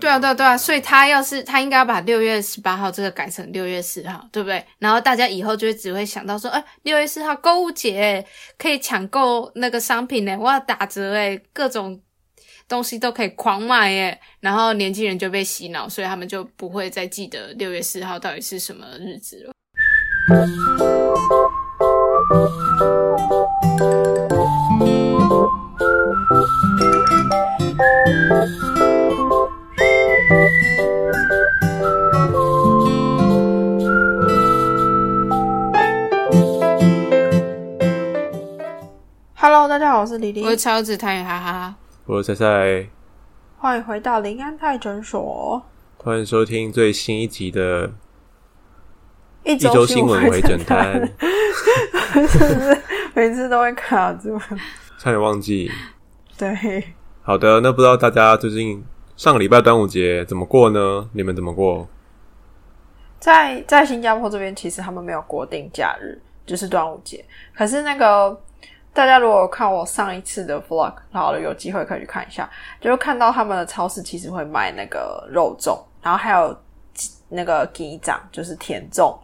对啊，对啊，对啊，所以他要是他应该要把六月十八号这个改成六月四号，对不对？然后大家以后就会只会想到说，哎，六月四号购物节可以抢购那个商品呢，哇，打折哎，各种东西都可以狂买哎，然后年轻人就被洗脑，所以他们就不会再记得六月四号到底是什么日子了。 Hello，大家好，我是李丽我，是超子谭语哈哈，我是菜菜，欢迎回到林安泰诊所。欢迎收听最新一集的《一一周周新闻为回诊单》， 每次都会卡住。差点忘记。对，好的，那不知道大家最近上个礼拜端午节怎么过呢？你们怎么过？在在新加坡这边，其实他们没有国定假日，就是端午节。可是那个大家如果有看我上一次的 vlog，然后有机会可以去看一下，就会看到他们的超市其实会卖那个肉粽，然后还有那个鸡掌，就是甜粽，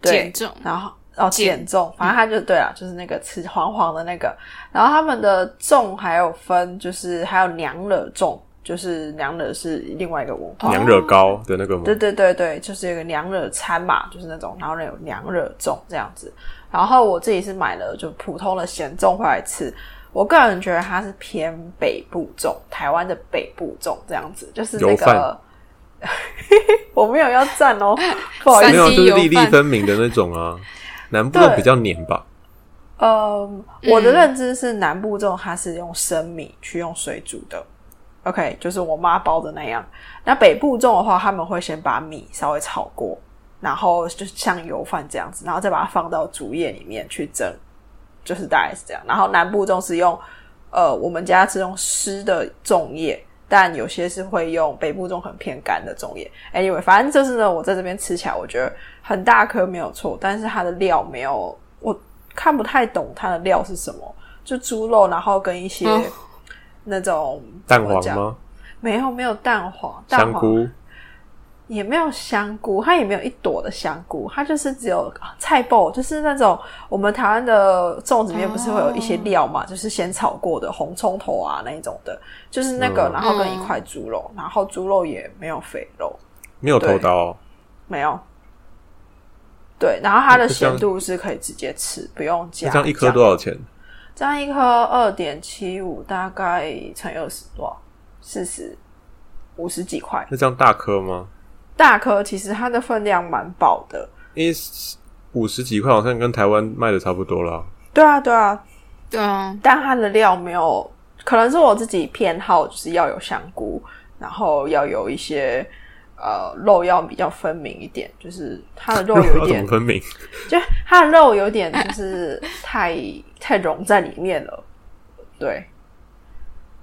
对减重然后碱哦减重，反正它就对了，就是那个吃黄黄的那个。然后他们的粽还有分，就是还有娘惹粽，就是娘惹是另外一个文化。娘惹糕的那个吗？哦对对对对，就是有一个娘惹餐嘛，就是那种，然后呢有娘惹粽这样子。然后我自己是买了就普通的咸粽回来吃，我个人觉得它是偏北部粽，台湾的北部粽这样子，就是那油个 饭。我没有要赞哦，不好意思没有，就是粒油粒饭分明的那种 啊。南部的对比较黏吧，嗯，我的认知是南部粽它是用生米去用水煮的，OK，就是我妈包的那样。那北部粽的话，他们会先把米稍微炒过，然后就像油饭这样子，然后再把它放到竹叶里面去蒸，就是大概是这样。然后南部粽是用，呃，我们家是用湿的粽叶。但有些是会用北部粽很偏干的粽叶，anyway，反正就是呢，我在这边吃起来，我觉得很大颗没有错，但是它的料没有我看不太懂它的料是什么，就猪肉，然后跟一些哦那种、蛋怎么黄讲吗？没有没有蛋黄，蛋香黄菇？也没有香菇，它也没有一朵的香菇，它就是只有啊菜包，就是那种我们台湾的粽子里面不是会有一些料哦嘛，就是先炒过的红葱头啊那一种的，就是那个，嗯然后跟一块猪肉，然后猪肉也没有肥肉，没有头对刀哦，没有。对，然后它的那这样咸度是可以直接吃，不用加酱。那这样一颗多少钱？这样一颗二点七五，大概乘以二十多少，四十五十几块。那这样大颗吗？大颗其实它的分量蛮饱的。因为五十几块好像跟台湾卖的差不多啦。对啊，对啊，对啊，但它的料没有，可能是我自己偏好，就是要有香菇，然后要有一些呃肉要比较分明一点，就是它的肉有要 一怎么点，分明？就它的肉有点就是太 太融在里面了。对，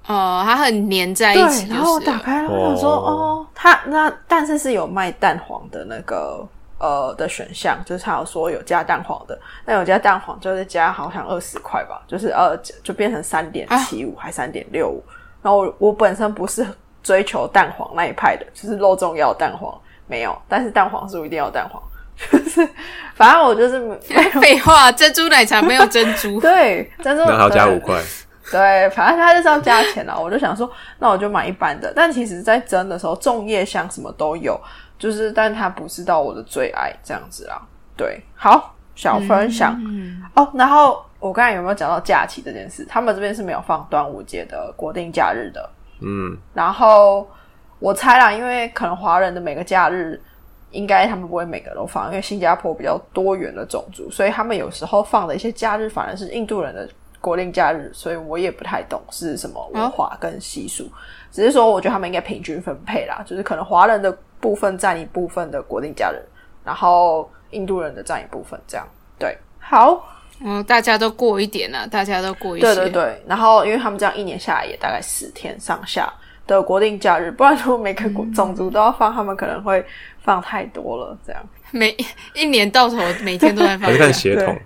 哦，它很粘在一对，起、就是了，然后我打开了，我想说，哦哦，它那但是是有卖蛋黄的那个呃的选项，就是他有说有加蛋黄的，那有加蛋黄就是加好像二十块吧，就是呃就就变成三点七五还三点六五。然后我我本身不是追求蛋黄那一派的，就是肉粽要有蛋黄没有，但是蛋黄酥一定要有蛋黄， 就是反正我就是没。废话，珍珠奶茶没有珍珠 对，但是那还要加对五块。 对，反正他就是要加钱啊啦。我就想说，那我就买一般的。但其实，在蒸的时候，粽叶香什么都有，就是，但它不是到我的最爱这样子啦。对，好，小分享、嗯，哦。然后我刚才有没有讲到假期这件事？他们这边是没有放端午节的国定假日的。嗯，然后我猜啦，因为可能华人的每个假日，应该他们不会每个都放，因为新加坡比较多元的种族，所以他们有时候放的一些假日反而是印度人的国定假日，所以我也不太懂是什么文化跟习俗，只是说我觉得他们应该平均分配啦，就是可能华人的部分占一部分的国定假日，然后印度人的占一部分，这样对。好，嗯，大家都过一点啊，大家都过一些。对对对，然后因为他们这样一年下来也大概十天上下的国定假日，不然如果每个国种族都要放，他们可能会放太多了。这样，每一年到头每天都在放还是看假。血统对。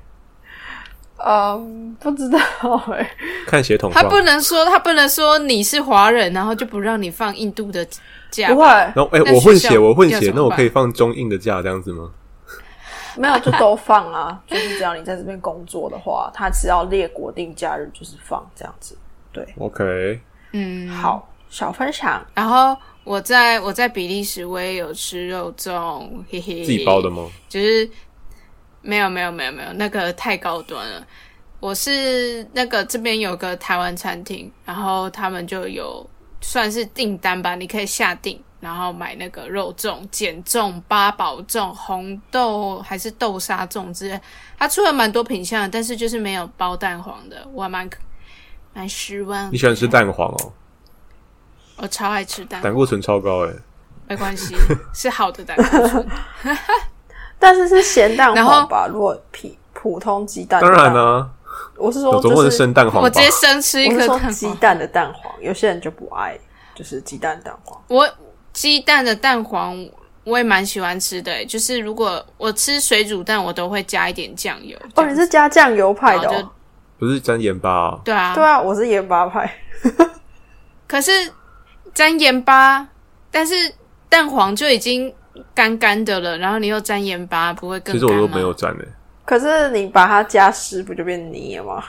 嗯，不知道哎、 看血统他化。不能说他不能说你是华人，然后就不让你放印度的假不吧。会， 然后哎、那我混学校血，我混要怎血么，那我办可以放中印的假这样子吗？没有就都放啊，就是只要你在这边工作的话，他只要列国定假日就是放这样子。 OK，嗯，。好，小分享，然后我在我在比利时我也有吃肉粽，嘿嘿。自己包的吗？就是没有没有没有没有，那个太高端了。我是那个这边有个台湾餐厅，然后他们就有算是订单吧，你可以下订，然后买那个肉粽、减粽、八宝粽、红豆还是豆沙粽之类。它出了蛮多品相，但是就是没有包蛋黄的，我还蛮蛮失望你。喜欢吃蛋黄哦，我超爱吃蛋，胆固醇超高哎、没关系，是好的蛋黄醇。但是是咸蛋然后黄吧？如果普普通鸡蛋，当然啊啦、了，我是说有中就文是生蛋黄吧啊我直接生吃一 我颗蛋是说黄。鸡蛋的蛋黄，有些人就不爱，就是鸡蛋蛋黄。我鸡蛋的蛋黄我也蛮喜欢吃的、欸就是如果我吃水煮蛋，我都会加一点酱油。哦，你是加酱油派的、然后哦就？啊不是沾盐巴、啊。对啊，对啊，我是盐巴派。可是沾盐巴，但是蛋黄就已经干干的了，然后你又沾盐巴，不会更其干实我吗都没有沾哎、可是你把它加湿，不就变泥了吗？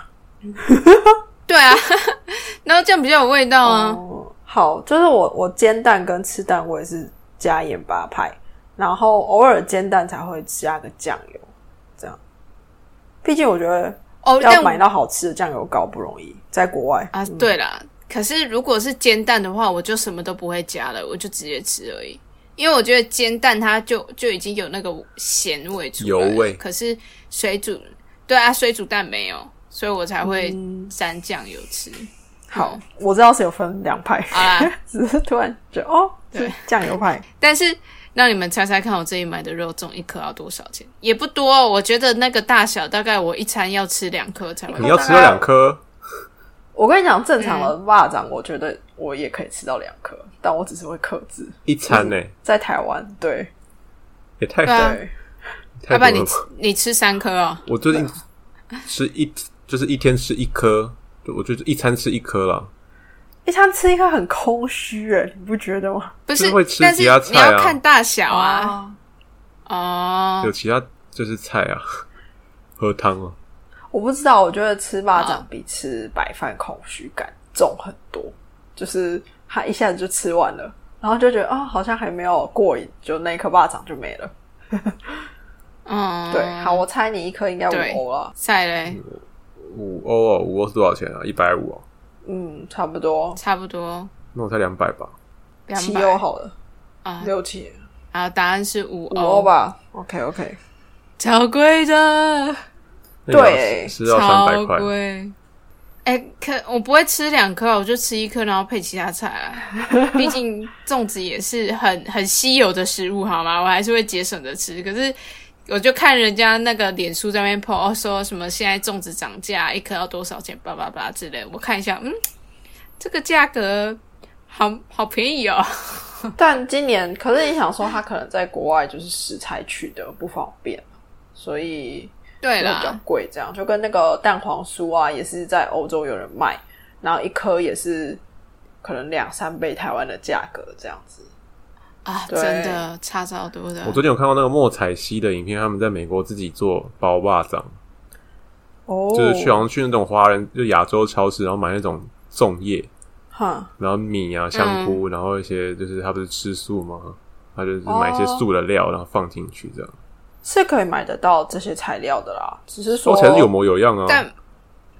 对啊， 然后这样比较有味道啊。哦，好，就是我我煎蛋跟吃蛋，我也是加盐巴派，然后偶尔煎蛋才会加个酱油，这样。毕竟我觉得哦，但要买到好吃的酱油膏不容易，在国外。啊，嗯对啦，可是如果是煎蛋的话，我就什么都不会加了，我就直接吃而已。因为我觉得煎蛋它就就已经有那个咸味出来了，油味可是水煮，对啊，水煮蛋没有，所以我才会嗯沾酱油吃。好，我知道是有分两派，啊好啦， 只是突然觉得哦，对是酱油派。但是让你们猜猜看，我这里买的肉粽一颗要多少钱？也不多哦、我觉得那个大小大概我一餐要吃两颗才你会。要吃到两颗，我跟你讲，正常嗯的蚂蚱，我觉得我也可以吃到两颗，但我只是会克制。一餐呢、在台湾，对也太、嗯对啊对，要太啊不然多你了吃吧。你吃三颗哦，我最近吃一就是一天吃一颗，就我就是一餐吃一颗啦。一餐吃一颗很空虚，哎，你不觉得吗？不就是是会吃但是其他菜啊你要看大小啊。哦，有其他就是菜啊，喝汤啊，我不知道，我觉得吃蚂蚱啊比吃白饭空虚感重很多，就是它一下子就吃完了，然后就觉得哦，好像还没有过瘾，就那一颗蚂蚱就没了。嗯，对，好，嗯我猜你一颗应该对五欧了，菜嘞，五欧哦，五欧是多少钱啊？一百五哦，嗯，差不多差不多那我才两百吧。两七百欧好了，啊。哦六七然后答案是五五欧欧，吧，OK OK，超贵的，那个要对吃吃到三超百块，贵。哎、可我不会吃两颗，我就吃一颗，然后配其他菜 啊。毕竟粽子也是很很稀有的食物，好吗？我还是会节省着吃。可是我就看人家那个脸书在那边 po 哦说什么现在粽子涨价，一颗要多少钱，叭叭叭之类的。我看一下，嗯，这个价格好好便宜哦。 但今年，可是你想说，它可能在国外就是食材取得不方便，所以对就啦，比较贵，这样就跟那个蛋黄酥啊，也是在欧洲有人卖，然后一颗也是可能两三倍台湾的价格这样子。啊，对真的差超多的我。昨天有看到那个莫彩西的影片，他们在美国自己做包霸掌，哦就是去好像去那种华人就亚洲超市，然后买那种粽叶，哈，然后米啊、香嗯菇，然后一些就是他不是吃素吗？他就是买一些哦素的料，然后放进去这样，是可以买得到这些材料的啦，只是说做起来是哦有模有样啊。但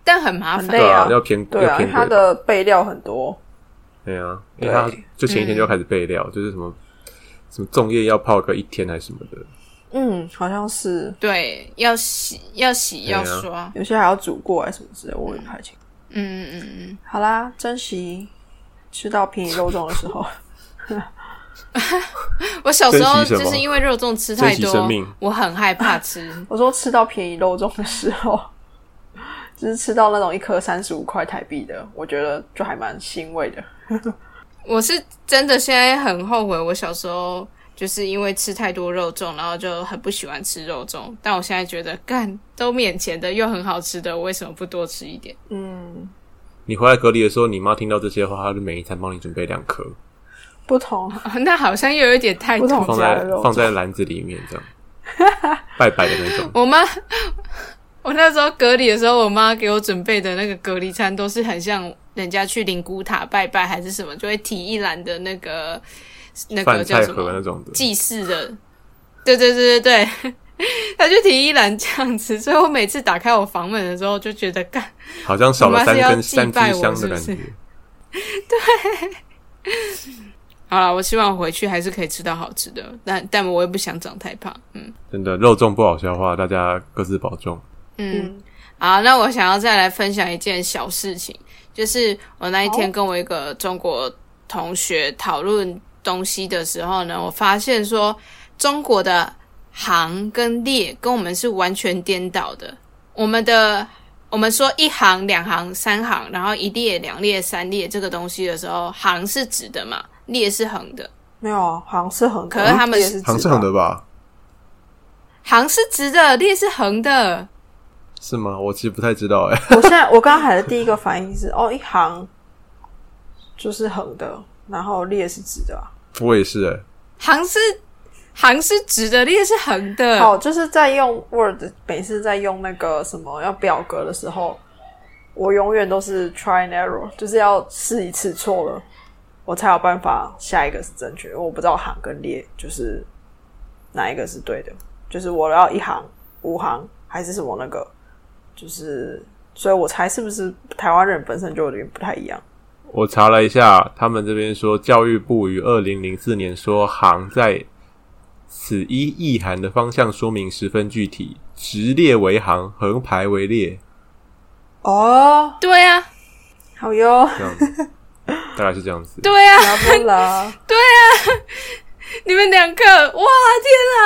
但很麻很烦，累对啊啊，，要偏对要啊，因偏为它贵吧，的备料很多，对啊，因为他对就前一嗯天就要开始备料，就是什么什么粽叶要泡个一天还是什么的，嗯，好像是对，要洗要洗对啊要刷，有些还要煮过来什么之类，我也不太清楚。嗯嗯嗯嗯，好啦，珍惜吃到便宜肉粽的时候。我小时候珍惜什就么是因为肉粽吃太珍惜生多命，我很害怕吃， 我说吃到便宜肉粽的时候， 就是吃到那种一颗三十五块台币的，我觉得就还蛮欣慰的。我是真的现在很后悔，我小时候就是因为吃太多肉粽，然后就很不喜欢吃肉粽。但我现在觉得，干都免钱的又很好吃的，我为什么不多吃一点？嗯，你回来隔离的时候，你妈听到这些话，她就每一餐帮你准备两颗，不同啊那好像又有点太不多。同放家在的肉放粽，在篮子里面这样，拜拜的那 种。我妈，我那时候隔离的时候，我妈给我准备的那个隔离餐都是很像人家去灵骨塔拜拜还是什么，就会提一篮的那个那饭个叫菜什盒么那种的，祭祀的，对对对对 对，她就提一篮这样子，所以我每次打开我房门的时候就觉得干。好像少我了妈三是要根祭三支拜我香的感是不是觉。好了，我希望我回去还是可以吃到好吃的，但但我也不想长太胖。嗯真的肉粽不好消化，大家各自保重。嗯，嗯好，那我想要再来分享一件小事情，就是我那一天好跟我一个中国同学讨论东西的时候呢，我发现说中国的行跟列跟我们是完全颠倒的，我们的。我们说一行、两行、三行，然后一列、两列、三列这个东西的时候，行是直的嘛，列是横的。没有啊，好像是横的，可是他们也是糖直是横的吧？行是直的，列是横的。是吗？我其实不太知道哎、我现在我刚才的第一个反应是，哦，一行就是横的，然后列是直的、啊。我也是哎、行是行是直的，列是横 的。好，就是在用 Word，每次在用那个什么要表格的时候，我永远都是 try and error，就是要试一次错了，我才有办法下一个是正确。因为我不知道行跟列就是哪一个是对的，就是我要一行、五行还是什么那个，就是所以我猜是不是台湾人本身就有点不太一样。我查了一下，他们这边说，教育部于二零零四年说，行在此一意涵的方向说明十分具体，直列为行，横排为列，哦，对啊，好哟，这 样子，大概是这样子。对啊，拉布拉，你们两个，哇，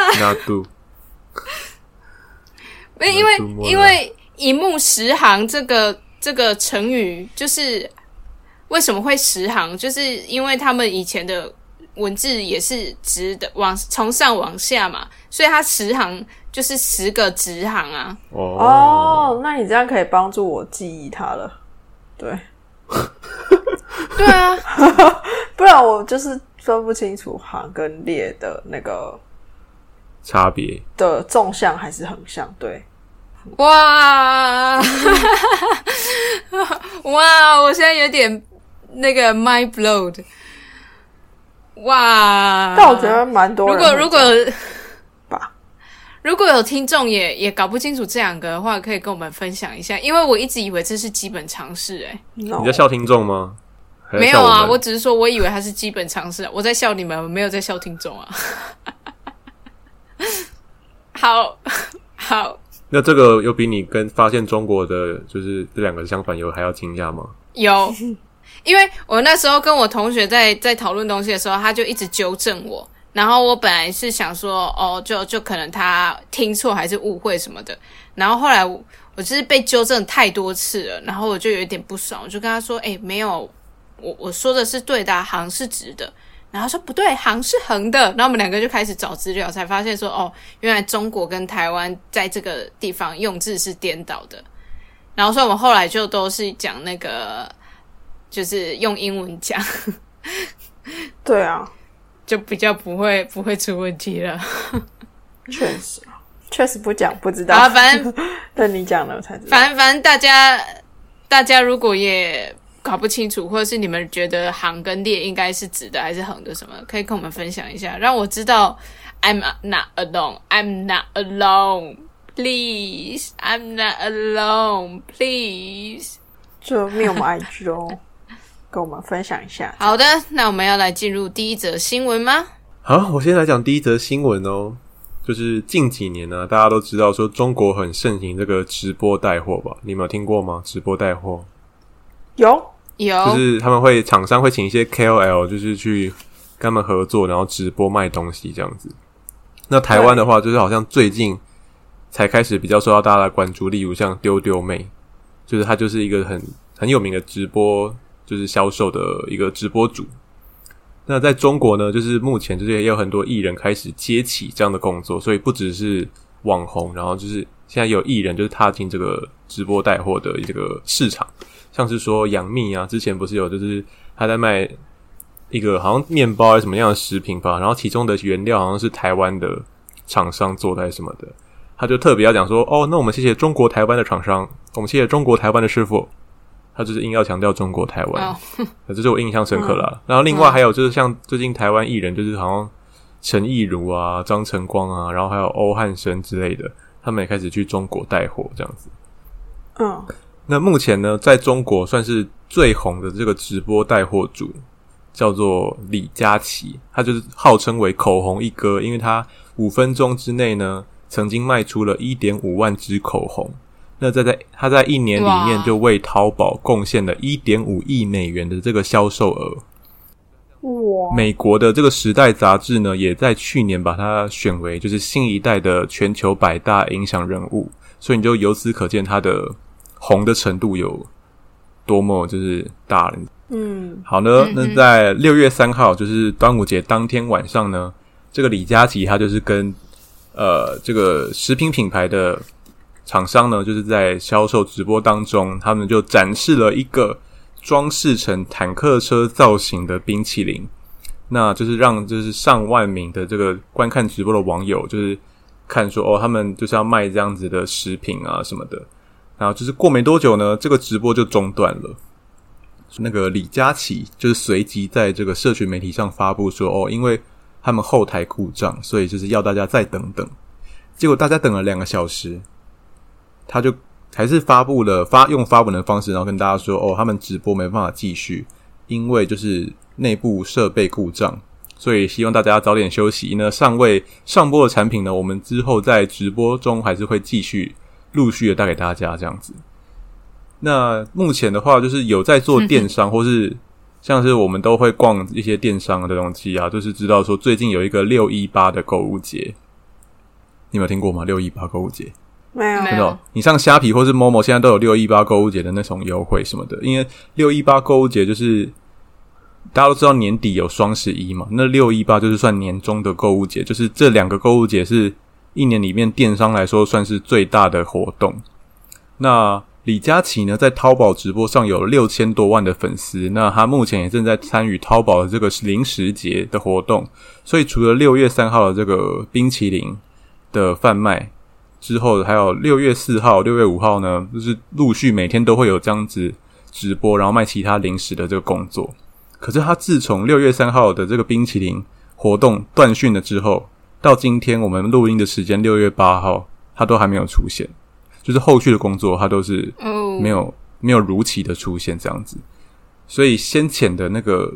天啊！那度没因为怎么了因为一目十行这个这个成语，就是为什么会十行，就是因为他们以前的文字也是直的，往从上往下嘛，所以它十行就是十个直行啊。哦，哦，那你这样可以帮助我记忆它了。对，对啊， 不然我就是分不清楚行跟列的那个差别的纵向还是横向。对， 哇哇！我现在有点那个 mind blown。哇！但我觉得蛮多啊如人果会如果 吧，如果有听众也也搞不清楚这两个的话，可以跟我们分享一下，因为我一直以为这是基本常识、欸， No 你在笑听众吗？还在没笑有啊，们我只是说我以为它是基本常识，我在笑你们，我没有在笑听众啊。 好 好，那这个有比你跟发现中国的就是这两个相反有还要惊讶吗？有， 因为我那时候跟我同学在在讨论东西的时候，他就一直纠正我。然后我本来是想说，哦，就就可能他听错还是误会什么的。然后后来我我就是被纠正太多次了，然后我就有一点不爽，我就跟他说，哎，没有，我我说的是对的啊、行是直的。然后他说不对，行是横的。然后我们两个就开始找资料，才发现说，哦，原来中国跟台湾在这个地方用字是颠倒的。然后所以我们后来就都是讲那个，就是用英文讲， 对啊，就比较不会不会出问题了。确实啊，确实不讲不知道然， 后啊反正等你讲了我才知道。反正反正大家大家如果也搞不清楚，或者是你们觉得行跟列应该是直的还是横的什么，可以跟我们分享一下，让我知道 I'm not alone, I'm not alone. Please, I'm not alone. Please. 就没 有我们 IG 哦，跟我们分享一下。好的，那我们要来进入第一则新闻吗？好，啊我先来讲第一则新闻哦，就是近几年呢、大家都知道说中国很盛行这个直播带货吧？你们有听过吗？直播带货有有，就是他们会厂商会请一些 KOL，就是去跟他们合作，然后直播卖东西这样子。那台湾的话，就是好像最近才开始比较受到大家的关注，例如像丢丢妹，就是她就是一个很很有名的直播，就是销售的一个直播主。那在中国呢，就是目前就是也有很多艺人开始接起这样的工作，所以不只是网红，然后就是现在有艺人就是踏进这个直播带货的这个市场，像是说杨幂啊，之前不是有就是她在卖一个好像面包还是什么样的食品吧，然后其中的原料好像是台湾的厂商做的还是什么的，他就特别要讲说，哦，那我们谢谢中国台湾的厂商，我们谢谢中国台湾的师傅，他就是硬要强调中国台湾。哦，呃这是我印象深刻啦。然后另外还有就是像最近台湾艺人，就是好像陈亦儒啊、张晨光啊，然后还有欧汉声之类的，他们也开始去中国带货这样子。嗯，那目前呢，在中国算是最红的这个直播带货主叫做李佳琦，他就是号称为口红一哥，因为他五分钟之内呢，曾经卖出了一点五万支口红。那在在他在一年里面哇就为淘宝贡献了一点五亿美元的这个销售额，哇，美国的这个《时代》杂志呢，也在去年把它选为就是新一代的全球百大影响人物，所以你就由此可见它的红的程度有多么就是大了。嗯，好呢嗯，那嗯在六月三号，就是端午节当天晚上呢，这个李佳琦他就是跟呃这个食品品牌的厂商呢，就是在销售直播当中，他们就展示了一个装饰成坦克车造型的冰淇淋，那就是让就是上万名的这个观看直播的网友就是看说哦，他们就是要卖这样子的食品啊什么的。然后就是过没多久呢，这个直播就中断了。那个李佳琦就是随即在这个社群媒体上发布说，哦，因为他们后台故障，所以就是要大家再等等。结果大家等了两个小时，他就还是发布了发用发文的方式，然后跟大家说，哦，他们直播没办法继续，因为就是内部设备故障，所以希望大家早点休息。那尚未上播的产品呢，我们之后在直播中还是会继续陆续的带给大家这样子。那目前的话，就是有在做电商，或是像是我们都会逛一些电商的东西啊，就是知道说最近有一个六一八的购物节，你有听过吗？六一八购物节，没有没真有的哦，你上虾皮或是 Momo 现在都有六一八购物节的那种优惠什么的，因为六一八购物节就是大家都知道年底有双十一嘛，那六一八就是算年终的购物节，就是这两个购物节是一年里面电商来说算是最大的活动。那李佳琦呢，在淘宝直播上有六千多万的粉丝，那他目前也正在参与淘宝的这个零食节的活动，所以除了六月三号的这个冰淇淋的贩卖，之后，还有六月四号、六月五号呢，就是陆续每天都会有这样子直播，然后卖其他零食的这个工作。可是他自从六月三号的这个冰淇淋活动断讯了之后，到今天我们录音的时间六月八号，他都还没有出现，就是后续的工作他都是哦，没有没有如期的出现这样子，所以先前的那个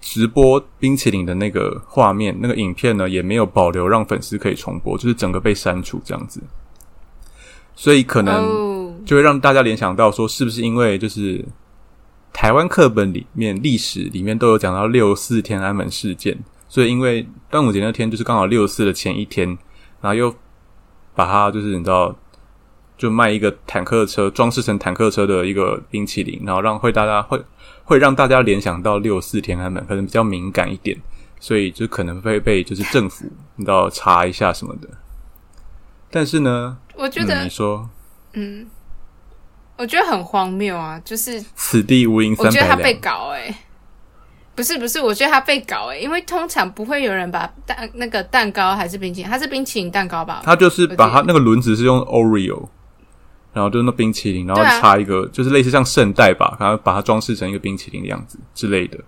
直播冰淇淋的那个画面、那个影片呢，也没有保留让粉丝可以重播，就是整个被删除这样子，所以可能哦，就会让大家联想到说，是不是因为就是台湾课本里面历史里面都有讲到六四天安门事件，所以因为端午节那天就是刚好六四的前一天，然后又把它就是你知道，就卖一个坦克车装饰成坦克车的一个冰淇淋，然后让会大家会会让大家联想到六四天安门，可能比较敏感一点，所以就可能会被就是政府你知道查一下什么的。但是呢，我觉嗯、得你，说嗯，我觉得很荒谬啊，就是此地无银我三觉得他百被两，搞哎、不是不是，我觉得他被搞哎、因为通常不会有人把蛋那个蛋糕还是冰淇淋，它是冰淇淋蛋糕吧？他就是把我他记那个轮子是用 Oreo，然后就是那冰淇淋，然后对啊插一个、就是类似像圣代吧，然后把它装饰成一个冰淇淋的样子之类的。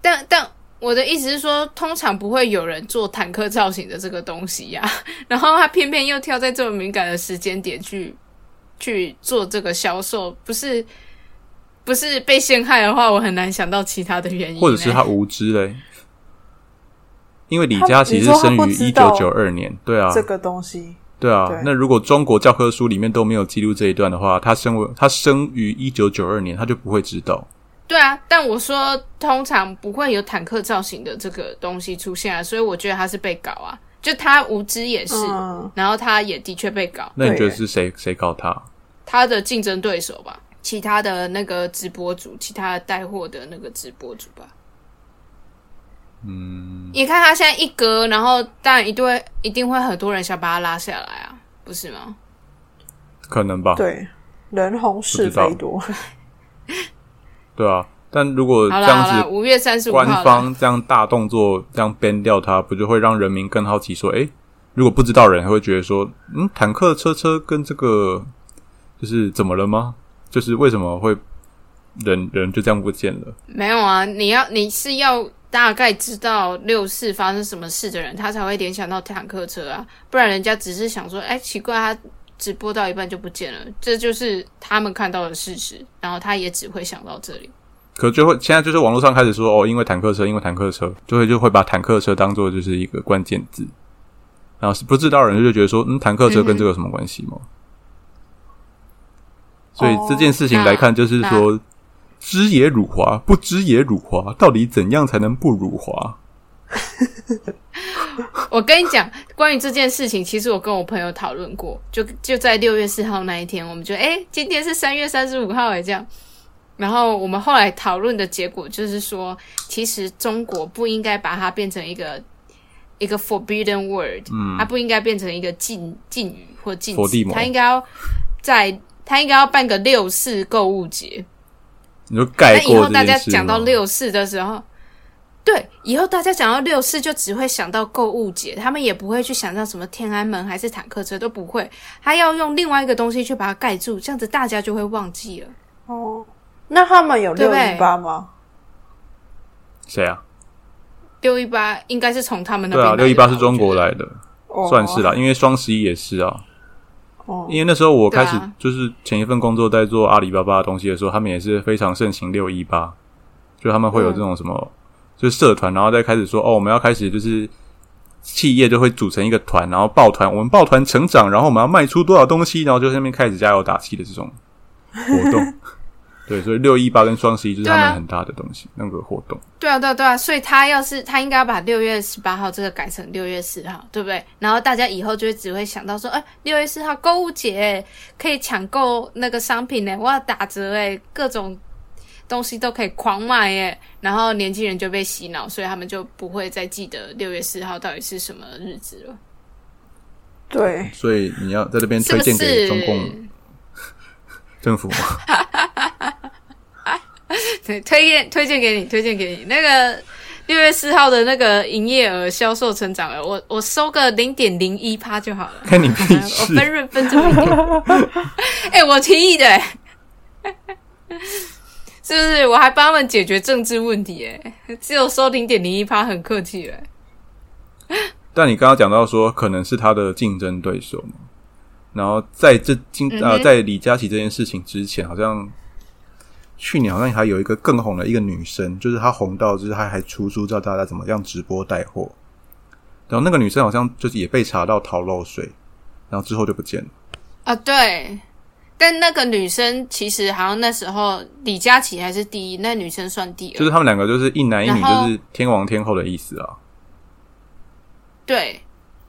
但但我的意思是说，通常不会有人做坦克造型的这个东西呀、 然后他偏偏又挑在这么敏感的时间点去去做这个销售，不是不是被陷害的话，我很难想到其他的原因、或者是欸他无知嘞？因为李他佳琦你是说他生不于一知九道九二年，对啊，这个东西，对啊。对那如果中国教科书里面都没有记录这一段的话，他生为他生于一九九二年，他就不会知道。对啊，但我说通常不会有坦克造型的这个东西出现啊，所以我觉得他是被搞啊，就他无知也是，嗯，然后他也的确被搞，那你对觉得耶是谁谁搞他？他的竞争对手吧，其他的那个直播主，其他的带货的那个直播主吧，嗯，你看它现在一割，然后当然一定会一定会很多人想把它拉下来啊，不是吗？可能吧。对，人红是非多，对啊，但如果好啦好这啦，样子，五月三十五号官啦方这样大动作这样编掉它，不就会让人民更好奇说，诶、如果不知道人还会觉得说，嗯，坦克车车跟这个就是怎么了吗？就是为什么会人人就这样不见了？没有啊，你要你是要大概知道六四发生什么事的人，他才会联想到坦克车啊，不然人家只是想说，哎、奇怪，他直播到一半就不见了，这就是他们看到的事实，然后他也只会想到这里。可就会现在就是网络上开始说哦，因为坦克车，因为坦克车，就会就会把坦克车当做就是一个关键字，然后是不知道的人就觉得说，嗯，坦克车跟这个有什么关系吗？所以这件事情来看，就是说、知也辱华，不知也辱华，到底怎样才能不辱华？我跟你讲，关于这件事情，其实我跟我朋友讨论过，就就在六月四号那一天，我们觉得，哎、今天是三月三十五号，哎，这样。然后我们后来讨论的结果就是说，其实中国不应该把它变成一个一个 forbidden word，嗯，它不应该变成一个禁禁语或禁佛地止，魔它应该要在它应该要办个六四购物节，你就盖那以过后这大家件事讲到吗六四的时候，对，以后大家讲到六四就只会想到购物节，他们也不会去想到什么天安门还是坦克车都不会，他要用另外一个东西去把它盖住，这样子大家就会忘记了。 哦，那他们有对六不对一八吗？谁啊？六一八应该是从他们那对边来啊，的吧六一八是中国来的，哦算是啦，因为双十一也是啊。哦因为那时候我开始对啊就是前一份工作在做阿里巴巴的东西的时候，他们也是非常盛行六一八，就他们嗯会有这种什么，就是社团，然后再开始说哦，我们要开始就是企业就会组成一个团，然后抱团，我们抱团成长，然后我们要卖出多少东西，然后就在那边开始加油打气的这种活 动。对，所以六一八跟双十一就是他对们啊很大的东西，那个活动。对啊，对啊，对啊，所以他要是他应该要把六月十八号这个改成六月四号，对不对？然后大家以后就会只会想到说，哎、六月四号购物节可以抢购那个商品呢，哇，打折哎，各种东西都可以狂买哎，然后年轻人就被洗脑，所以他们就不会再记得六月四号到底是什么日子了，对，所以你要在这边是推不荐给是？中共政府吗？ 对， 推荐推荐给你，推荐给你那个六月四号的那个营业额、销售成长额，我我收个零点零一趴就好了。看你屁 啊我事！分润分这么一点， 哎、我提议的、欸，是不是？我还帮他们解决政治问题、欸，哎，只有收零点零一趴，很客气了、欸但你刚刚讲到说，可能是他的竞争对手嘛。然后在这今嗯哼啊、在李佳琦这件事情之前，好像去年好像还有一个更红的一个女生，就是她红到就是她还出书教大家怎么样直播带货。然后那个女生好像就是也被查到逃漏税，然后之后就不见了。啊，对。但那个女生其实好像那时候李佳琦还是第一，那女生算第二，就是他们两个就是一男一女，然后就是天王天后的意思啊。对。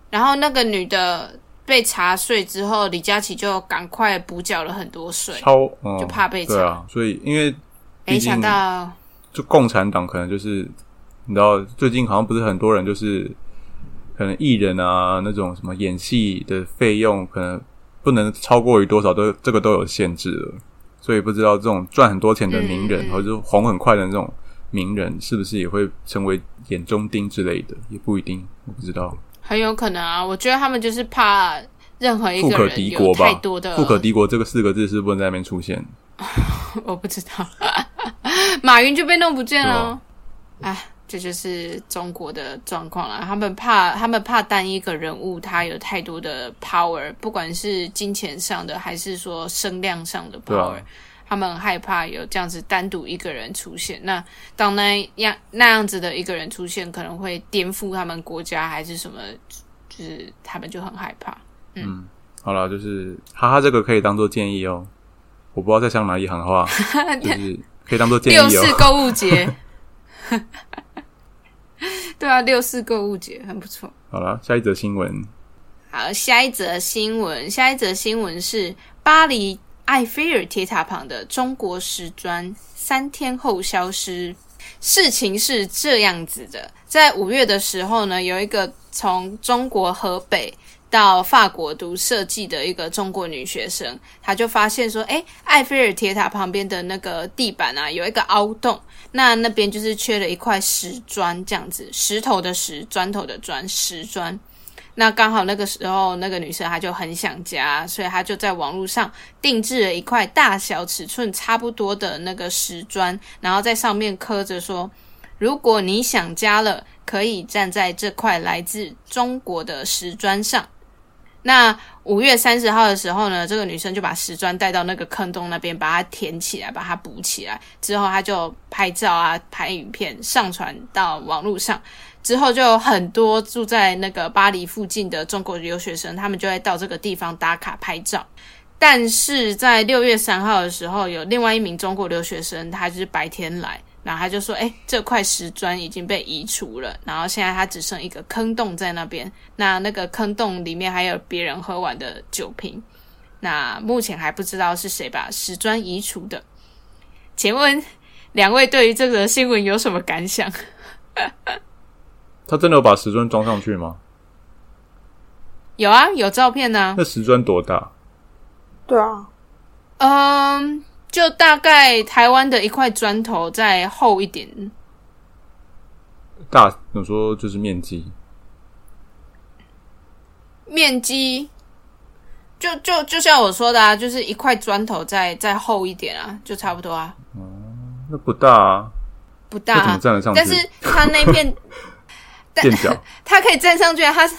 然后那个女的被查税之后，李佳琦就赶快补缴了很多税，超、嗯、就怕被查对啊，所以因为毕没竟想到就共产党可能就是你知道，最近好像不是很多人就是可能艺人啊那种什么演戏的费用，可能不能超过于多少都这个都有限制了，所以不知道这种赚很多钱的名人，嗯嗯或者是红很快的那种名人，是不是也会成为眼中钉之类的，也不一定，我不知道，很有可能啊，我觉得他们就是怕任何一富个可人敌有国吧太多的，富可敌国这个四个字是不能在那边出现，我不知道， 马云就被弄不见对了啊。哎，这就是中国的状况了。他们怕，他们怕单一个人物他有太多的 power，不管是金钱上的，还是说声量上的对 power，、啊，他们很害怕有这样子单独一个人出现。那当那样那样子的一个人出现，可能会颠覆他们国家还是什么，就是他们就很害怕。好了，就是哈哈，这个可以当做建议哦。我不知道在想哪一 行话，就是可以当做建六议四哦。购物节， 对啊，六四购物节很不错。好了，下一则新闻，好，下一则新闻，下一则新闻是巴黎埃菲尔铁塔旁的中国石砖三天后消失，事情是这样子的，在五月的时候呢，有一个从中国河北到法国读设计的一个中国女学生，她就发现说，哎，埃菲尔铁塔旁边的那个地板啊，有一个凹洞，那那边就是缺了一块石砖，这样子，石头的石，砖头的砖，石砖。那刚好那个时候，那个女生她就很想家，所以她就在网络上定制了一块大小尺寸差不多的那个石砖，然后在上面刻着说：“如果你想家了，可以站在这块来自中国的石砖上。”那五月三十号的时候呢，这个女生就把石砖带到那个坑洞那边，把它填起来，把它补起来。之后，她就拍照啊，拍影片，上传到网络上。之后就有很多住在那个巴黎附近的中国留学生，他们就会到这个地方打卡拍照。但是在六月三号的时候，有另外一名中国留学生，他就是白天来，然后他就说：“哎，这块石砖已经被移除了，然后现在它只剩一个坑洞在那边。那那个坑洞里面还有别人喝完的酒瓶。那目前还不知道是谁把石砖移除的。请问两位对于这则新闻有什么感想？”他真的有把石砖装上去吗？有啊，有照片呢、啊。那石砖多大？对啊，嗯，就大概台湾的一块砖头再厚一点，大，我说就是面积。面积就就就像我说的啊，就是一块砖头再再厚一点啊，就差不多啊，那不大啊，不大、那怎么站得啊。上去？但是它那 片垫脚，它可以站上去啊，它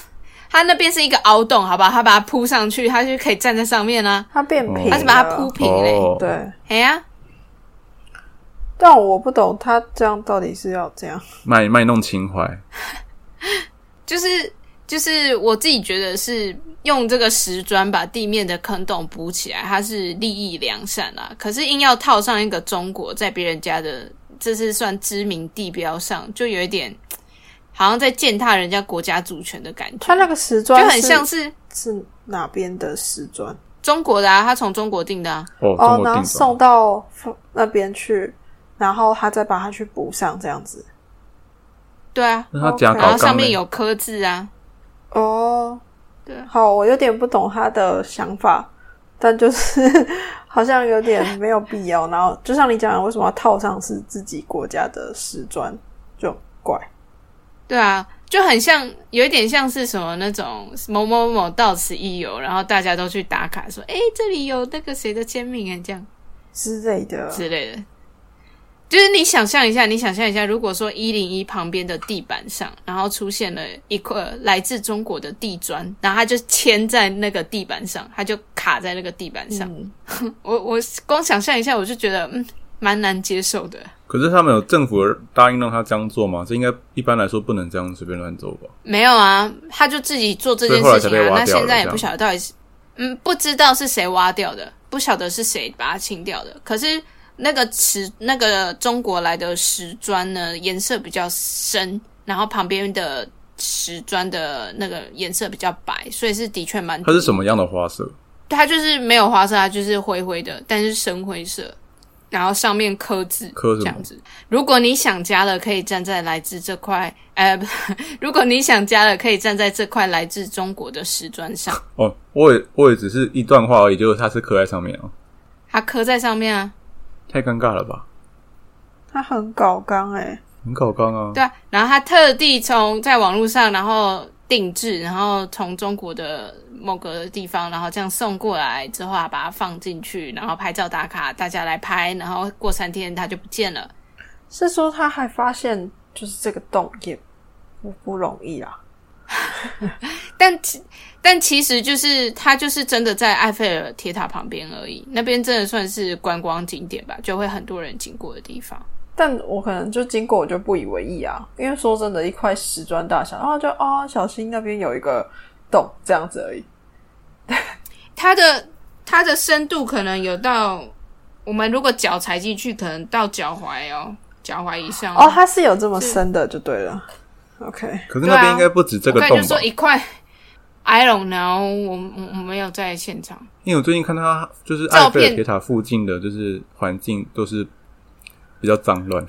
它那边是一个凹洞，好吧，它把它铺上去，它就可以站在上面啊，它变平了，它是把它铺平嘞、哦，嗯对，哎呀、但我不懂他这样到底是要这样。卖卖弄情怀，就是就是我自己觉得是用这个石砖把地面的坑洞补起来，它是利益良善啦。可是硬要套上一个中国在别人家的，这是算知名地标上，就有一点好像在践踏人家国家主权的感觉，他那个石就砖很像是是是哪边的石砖？中国的啊，他从中国订的啊。哦，中哦，国然后定妆送到那边去，然后他再把它去补上，这样子。对啊，那他哦加然高后上钢面嘞，有刻字啊，哦，对好，我有点不懂他的想法，但就是 好像有点没有必要。然后就像你讲的，为什么要套上是自己国家的石砖，就很怪。对啊，就很像，有一点像是什么那种某某某到此一游，然后大家都去打卡说，哎，这里有那个谁的签名啊，这样。之类的，之类的。就是你想象一下，你想象一下，如果说一零一旁边的地板上，然后出现了一块来自中国的地砖，然后它就嵌在那个地板上，它就卡在那个地板上。嗯， 我我光想象一下，我就觉得嗯，蛮难接受的。可是他们有政府答应让他这样做吗？这应该一般来说不能这样随便乱走吧？没有啊，他就自己做这件所以后事来才被情啊。挖那掉了现在也这样不晓得到底是，嗯，不知道是谁挖掉的，不晓得是谁把它清掉的。可是那个石，那个中国来的石砖呢，颜色比较深，然后旁边的石砖的那个颜色比较白，所以是的确蛮。它是什么样的花色？它就是没有花色，它就是灰灰的，但是深灰色，然后上面刻字，刻什这么样子。如果你想家了，可以站在来自这块，呃， 不如果你想家了，可以站在这块来自中国的石砖上，哦，我也我也只是一段话而已，结果它是刻在上面哦，它刻在上面啊，太尴尬了吧？他很搞纲哎、很搞刚啊，对啊。然后他特地从在网络上，然后定制，然后从中国的某个地方，然后这样送过来之后，啊，把它放进去，然后拍照打卡，大家来拍，然后过三天它就不见了。是说他还发现就是这个洞也不不容易啊。但其但其实就是它就是真的在埃菲尔铁塔旁边而已，那边真的算是观光景点吧，就会很多人经过的地方。但我可能就经过我就不以为意啊，因为说真的，一块石砖大小，然后就啊、小心那边有一个洞这样子而已。它的它的深度可能有到我们如果脚踩进去，可能到脚踝哦，脚踝以上哦，它是有这么深的就对了。OK，可是那对啊边应该不止这我个刚才洞就吧说？一块。I don't know，我我我没有在现场。因为我最近看他就是照埃菲片尔铁塔附近的，就是环境都是比较脏乱，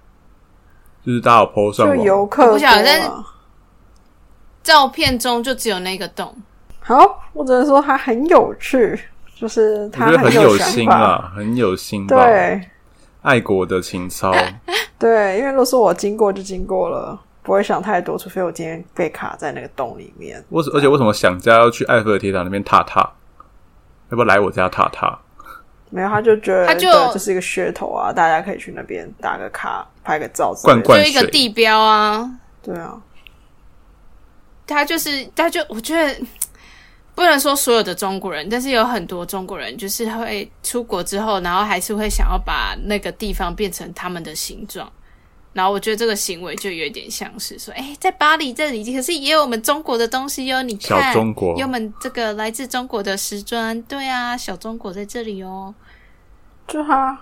就是大家有 PO 上就网，游客我不晓得多啊但是照片中就只有那个洞，好，我只能说它很有趣，就是我它觉得很有想心法。啦，很有心吧，对爱国的情操。 对，因为如果是我经过就经过了，不会想太多，除非我今天被卡在那个洞里面。我而且为什么想家要去埃菲尔铁塔那边踏踏？要不要来我家踏踏？没有，他就觉得他就对这是一个噱头啊，大家可以去那边打个卡、拍个照之类的。罐罐就一个水地标啊，对啊，他就是，他就我觉得不能说所有的中国人，但是有很多中国人就是会出国之后，然后还是会想要把那个地方变成他们的形状。然后我觉得这个行为就有点像是说，哎，在巴黎这里，可是也有我们中国的东西哟、哦你看，小中国有我们这个来自中国的时装，对啊，小中国在这里哦。就他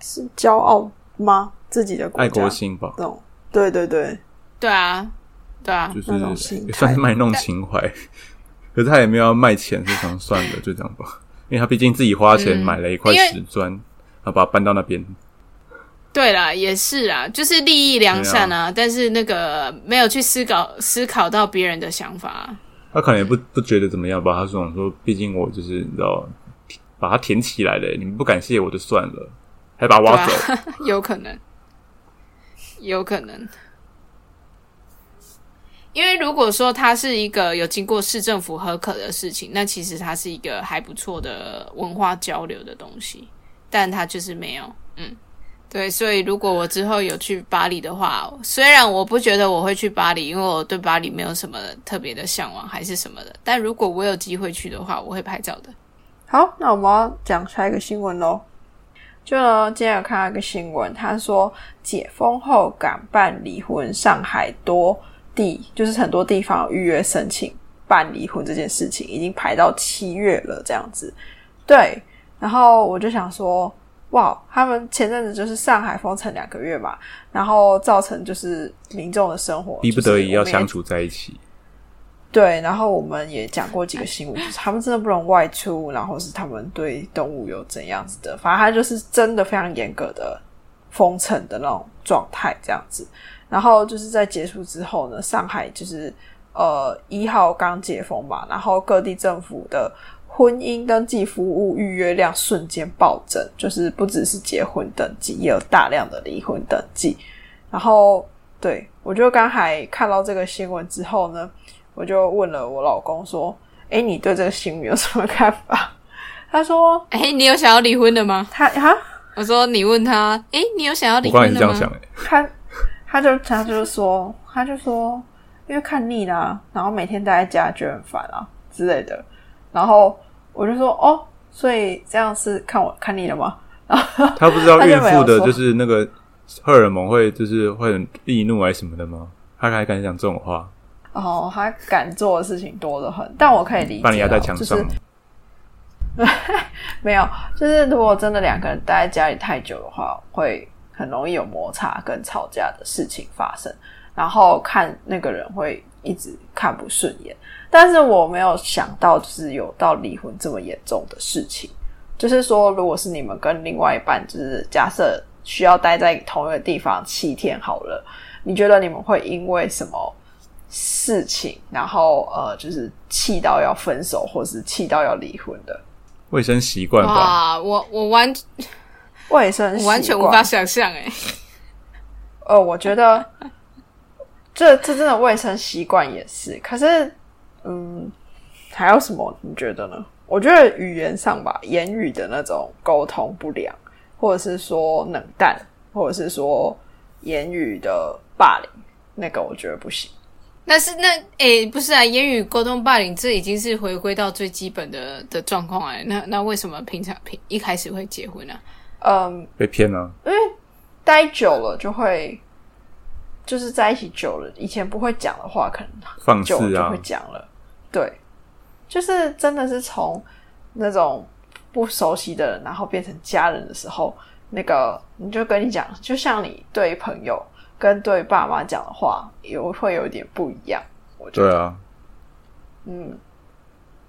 是骄傲吗？自己的国家爱国心吧，那种，对对对，对啊，对啊，就是那种心态也算是卖弄情怀。可是他也没有要卖钱，就想算了，就这样吧。因为他毕竟自己花钱嗯买了一块因为石砖，然后把它搬到那边。对啦，也是啊，就是利益良善啊，但是那个没有去思考思考到别人的想法啊、他可能也不不觉得怎么样吧。他是想说，毕竟我就是你知道，把它填起来了，你们不感谢我就算了，还把它挖哦走。对啊 有可能，有可能。因为如果说它是一个有经过市政府核可的事情，那其实它是一个还不错的文化交流的东西，但它就是没有。嗯，对，所以如果我之后有去巴黎的话，虽然我不觉得我会去巴黎，因为我对巴黎没有什么特别的向往还是什么的，但如果我有机会去的话，我会拍照的。好，那我们要讲下一个新闻喽。就呢，今天有看到一个新闻，他说解封后敢办离婚，上海多地就是很多地方有预约申请办离婚这件事情，已经排到七月了，这样子。对，然后我就想说，哇，他们前阵子就是上海封城两个月嘛，然后造成就是民众的生活逼不得已要相相处。处在一起。对，然后我们也讲过几个新闻，就是他们真的不能外出，然后是他们对动物有怎样子的，反正他就是真的非常严格的封城的那种状态这样子。然后就是在结束之后呢，上海就是呃一号刚解封嘛，然后各地政府的婚姻登记服务预约量瞬间暴增，就是不只是结婚登记，也有大量的离婚登记。然后对我就刚才看到这个新闻之后呢，我就问了我老公说：“哎，你对这个新闻有什么看法？” 他说哎、你有想要离婚的吗：“？他哈，我说你问他，哎、你有想要离我刚才婚的是这吗？样想、欸，他他就他就说他就说，因为看腻啦、啊然后每天待在家觉得很烦啊之类的。然后我就说：哦，所以这样是看我看腻了吗？他不知道他就孕没妇有的说就是那个荷尔蒙会就是会很易怒还是什么的吗？他还敢讲这种话，哦，他敢做的事情多得很，但我可以理解、把你压啊，在墙就是上。 没有，就是如果真的两个人待在家里太久的话，会很容易有摩擦跟吵架的事情发生，然后看那个人会一直看不顺眼。但是我没有想到，就是有到离婚这么严重的事情。就是说，如果是你们跟另外一半，就是假设需要待在同一个地方七天好了，你觉得你们会因为什么事情，然后呃，就是气到要分手，或是气到要离婚的？卫生习惯吧，哇，我我完卫生习我惯完全无法。想象哎、呃，我觉得这这真的卫生习惯也是，可是嗯，还有什么？你觉得呢？我觉得语言上吧，言语的那种沟通不良，或者是说冷淡，或者是说言语的霸凌，那个我觉得不行。那是那哎、不是啊，言语沟通霸凌这已经是回归到最基本的的状况哎、那那为什么平常平一开始会结婚啊？嗯，被骗啊了、待久了就会，就是在一起久了，以前不会讲的话，可能放久了肆就啊会！讲了。对，就是真的是从那种不熟悉的人，然后变成家人的时候，那个你就跟你讲，就像你对朋友跟对爸妈讲的话，有会有一点不一样。我觉得，对啊，嗯。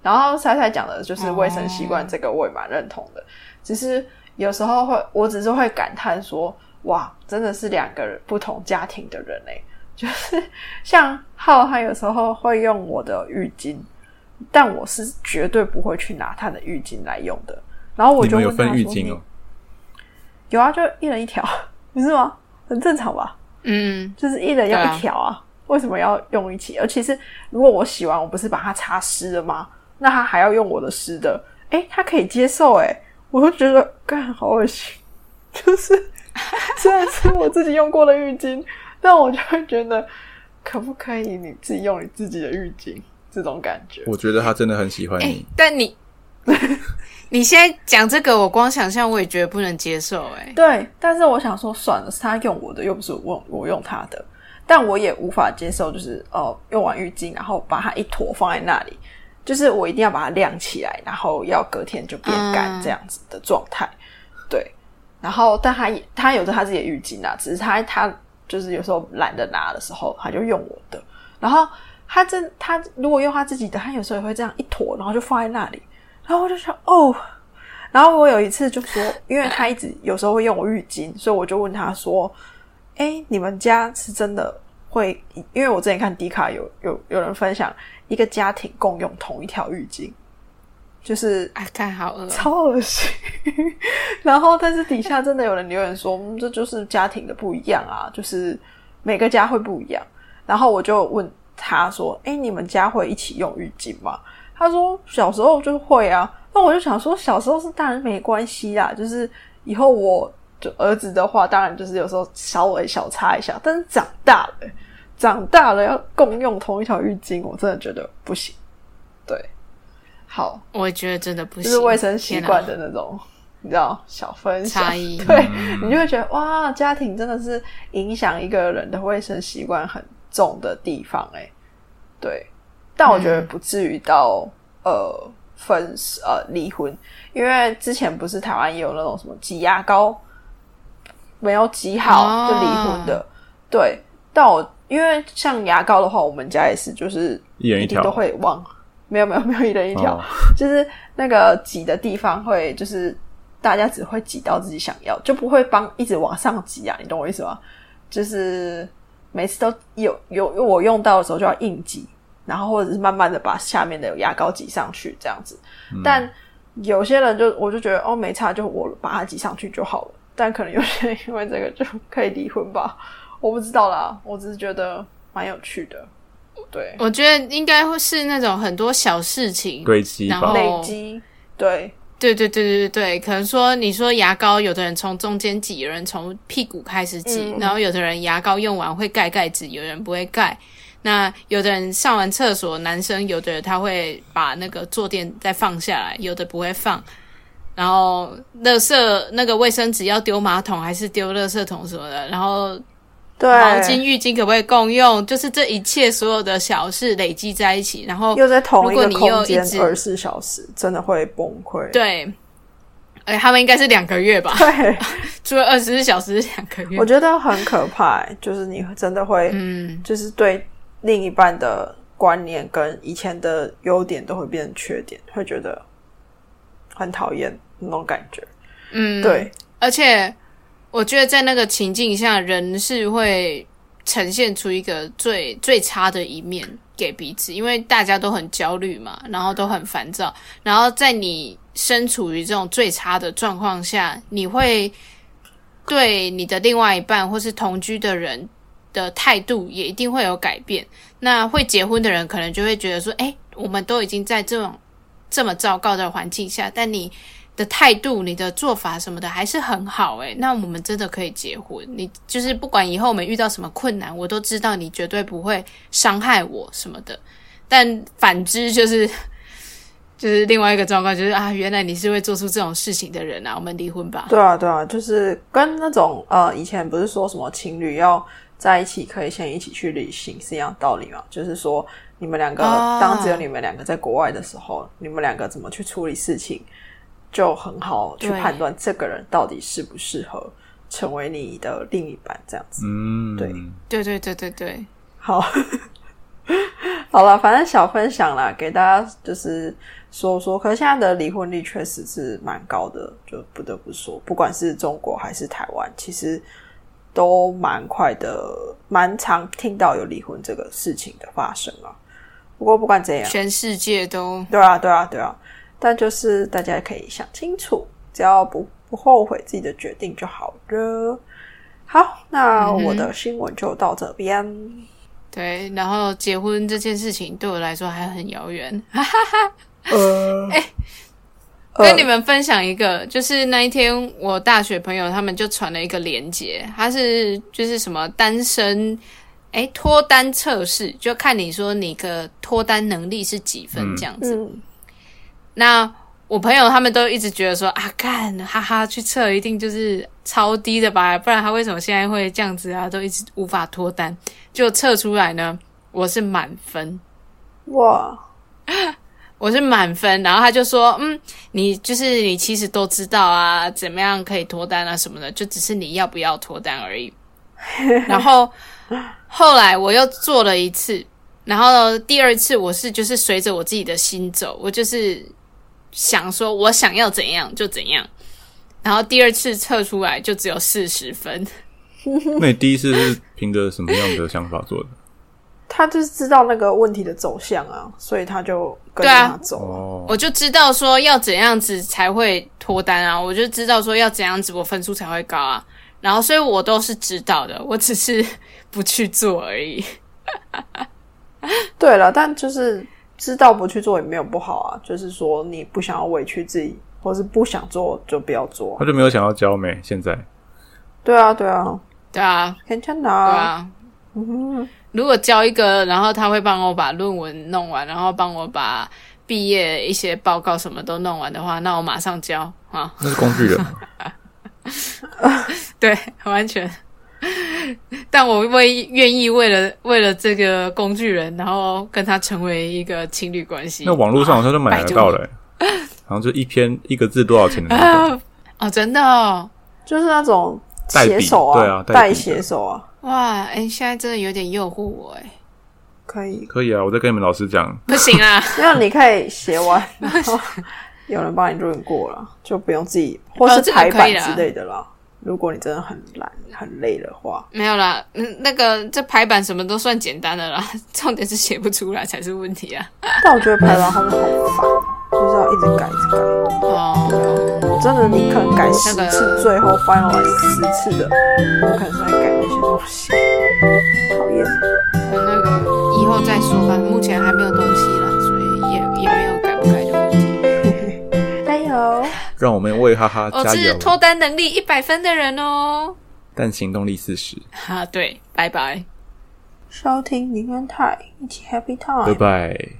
然后彩彩讲的就是卫生习哦惯，这个我也蛮认同的。只是有时候会，我只是会感叹说，哇，真的是两个人不同家庭的人嘞、就是像浩，他有时候会用我的浴巾，但我是绝对不会去拿他的浴巾来用的。然后我你就们问有他分说浴巾哦你？有啊，就一人一条， 不是吗？很正常吧？嗯，就是一人要对啊一条啊，为什么要用一起？尤其是如果我洗完，我不是把它擦湿了吗？那他还要用我的湿的，诶，他可以接受诶，我就觉得干好恶心， 就是 虽然是我自己用过的浴巾，但我就会觉得可不可以你自己用你自己的浴巾这种感觉。我觉得他真的很喜欢嗯哎、你，但你 你现在讲这个，我光想象我也觉得不能接受、哎，对，但是我想说，算了，是他用我的，又不是我我用他的。但我也无法接受，就是哦，用完浴巾，然后把它一坨放在那里，就是我一定要把它晾起来，然后要隔天就变干嗯这样子的状态。对，然后但他也他有着他自己的浴巾啊，只是他他就是有时候懒得拿的时候，他就用我的。然后他真他如果用他自己的，他有时候也会这样一坨，然后就放在那里。然后我就想哦，然后我有一次就说，因为他一直有时候会用我浴巾，所以我就问他说：“哎，你们家是真的会？因为我之前看迪卡有有有人分享一个家庭共用同一条浴巾，就是啊，看好恶，超恶心。 然后，但是底下真的有人留言说，嗯，这就是家庭的不一样啊，就是每个家会不一样。然后我就问他说：“哎，你们家会一起用浴巾吗？”他说：“小时候就会啊。”那我就想说，小时候是当然没关系啦，就是以后我就儿子的话，当然就是有时候稍微小擦一下，但是长大了，长大了要共用同一条浴巾，我真的觉得不行。对，好，我也觉得真的不就行，是卫生习惯天的那种，你知道小分哪享差异，对，嗯你就会觉得哇，家庭真的是影响一个人的卫生习惯很重的地方哎、对，但我觉得嗯不至于到、呃分呃离婚，因为之前不是台湾也有那种什么挤牙膏没有挤好哦就离婚的，对。但我因为像牙膏的话，我们家也是，就是一人一定条都会忘，没有没有没有一人一条，哦就是那个挤的地方会，就是大家只会挤到自己想要，就不会帮一直往上挤啊，你懂我意思吗？就是每次都有有我用到的时候就要硬挤，然后或者是慢慢的把下面的牙膏挤上去这样子。但有些人就我就觉得哦没差，就我把它挤上去就好了。但可能哎有些人因为这个就可以离婚吧，哎我不知道啦，我只是觉得蛮有趣的，对，我觉得应该会是那种很多小事情，堆积然后吧。累积对。对对对对对对，可能说你说牙膏，有的人从中间挤，有人从屁股开始挤，嗯然后有的人牙膏用完会盖盖子，有人不会盖。那有的人上完厕所，男生有的人他会把那个坐垫再放下来，有的不会放。然后垃圾那个卫生纸要丢马桶还是丢垃圾桶什么的，然后对，毛巾、浴巾可不可以共用？就是这一切所有的小事累积在一起，然后又在同一个哦如果你空又间一直二十四小时，真的会崩溃。对，哎，他们应该是两个月吧？对，除了二十四小时是两个月我。觉得很可怕、欸就是你真的会，嗯，就是对另一半的观念跟以前的优点都会变成缺点，会觉得很讨厌那种感觉。嗯，对，而且我觉得在那个情境下，人是会呈现出一个最最差的一面给彼此，因为大家都很焦虑嘛，然后都很烦躁，然后在你身处于这种最差的状况下，你会对你的另外一半或是同居的人的态度也一定会有改变。那会结婚的人可能就会觉得说，哎，我们都已经在这种这么糟糕的环境下，但你的态度、你的做法什么的还是很好、诶，那我们真的可以结婚。你就是不管以后我们遇到什么困难，我都知道你绝对不会伤害我什么的。但反之就是。就是另外一个状况，就是啊，原来你是会做出这种事情的人啊，我们离婚吧。对啊，对啊，就是跟那种呃，以前不是说什么情侣要在一起可以先一起去旅行是一样的道理嘛？就是说你们两个、哦当只有你们两个在国外的时候，你们两个怎么去处理事情，就很好去对判断这个人到底适不适合成为你的另一半这样子。嗯，对对对对对对，好， 好了，反正小分享啦，给大家就是说说。可是现在的离婚率确实是蛮高的，就不得不说，不管是中国还是台湾，其实都蛮快的，蛮常听到有离婚这个事情的发生啊。不过不管怎样，全世界都对啊，对啊，对啊。但就是大家可以想清楚，只要不不后悔自己的决定就好了。好，那我的新闻就到这边。对，然后结婚这件事情对我来说还很遥远。呃，哎、呃跟你们分享一个，就是那一天我大学朋友他们就传了一个链接，它是就是什么单身，哎脱单测试，就看你说你的脱单能力是几分这样子。嗯，那我朋友他们都一直觉得说啊，干哈哈去测一定就是超低的吧，不然他为什么现在会这样子啊？都一直无法脱单，就测出来呢，我是满分。哇，我是满分，然后他就说，嗯，你就是你其实都知道啊，怎么样可以脱单啊什么的，就只是你要不要脱单而已。然后后来我又做了一次，然后第二次我是就是随着我自己的心走，我就是想说我想要怎样就怎样。然后第二次测出来就只有四十分，那你第一次是凭着什么样的想法 做的？他就是知道那个问题的走向啊，所以他就跟着对啊他走啊。哦，我就知道说要怎样子才会脱单啊，我就知道说要怎样子我分数才会高啊，然后所以我都是知道的，我只是不去做而已。对了，但就是知道不去做也没有不好啊，就是说你不想要委屈自己，或是不想做就不要做他啊。就没有想要教没？现在对啊，对啊，对啊， 괜찮다。对啊。如果教一个，然后他会帮我把论文弄完，然后帮我把毕业一些报告什么都弄完的话，那我马上教啊。 那是工 具人嘛，对，完全。但我为愿意为了为了这个工具人，然后跟他成为一个情侣关系。那网络上好像都买得到了、欸 好像就一篇一个字多少钱的那 种，哦，真的哦，就是那种代笔写手对啊代笔的代写手啊，哇，哎、现在真的有点诱惑我哎，可以。可以啊，我再跟你们老师讲，不行啊，没有，你可以 写完，然后有人帮你润过了，就不用自己或哦是这个排可版以啦之类的啦。如果你真的很懒、很累的话， 没有啦，嗯，那个这排版什么都算简单的啦， 重点是写不出来才是问题啊。但我觉得排完后面好烦，就是要一直改、一直改。哦，真的，你可能改十那个次，最后 final 完十次的，我可能是在改那些东西，讨厌。那个以后再说吧，目前还没有东西啦，所以也也没有改不改的问题。加油！让我们为哈哈我、加是哦油，脱单能力一百分的人哦。但行动力四十，哈、啊，对，拜拜。收听林恩泰，一起 Happy 拜 Time。拜。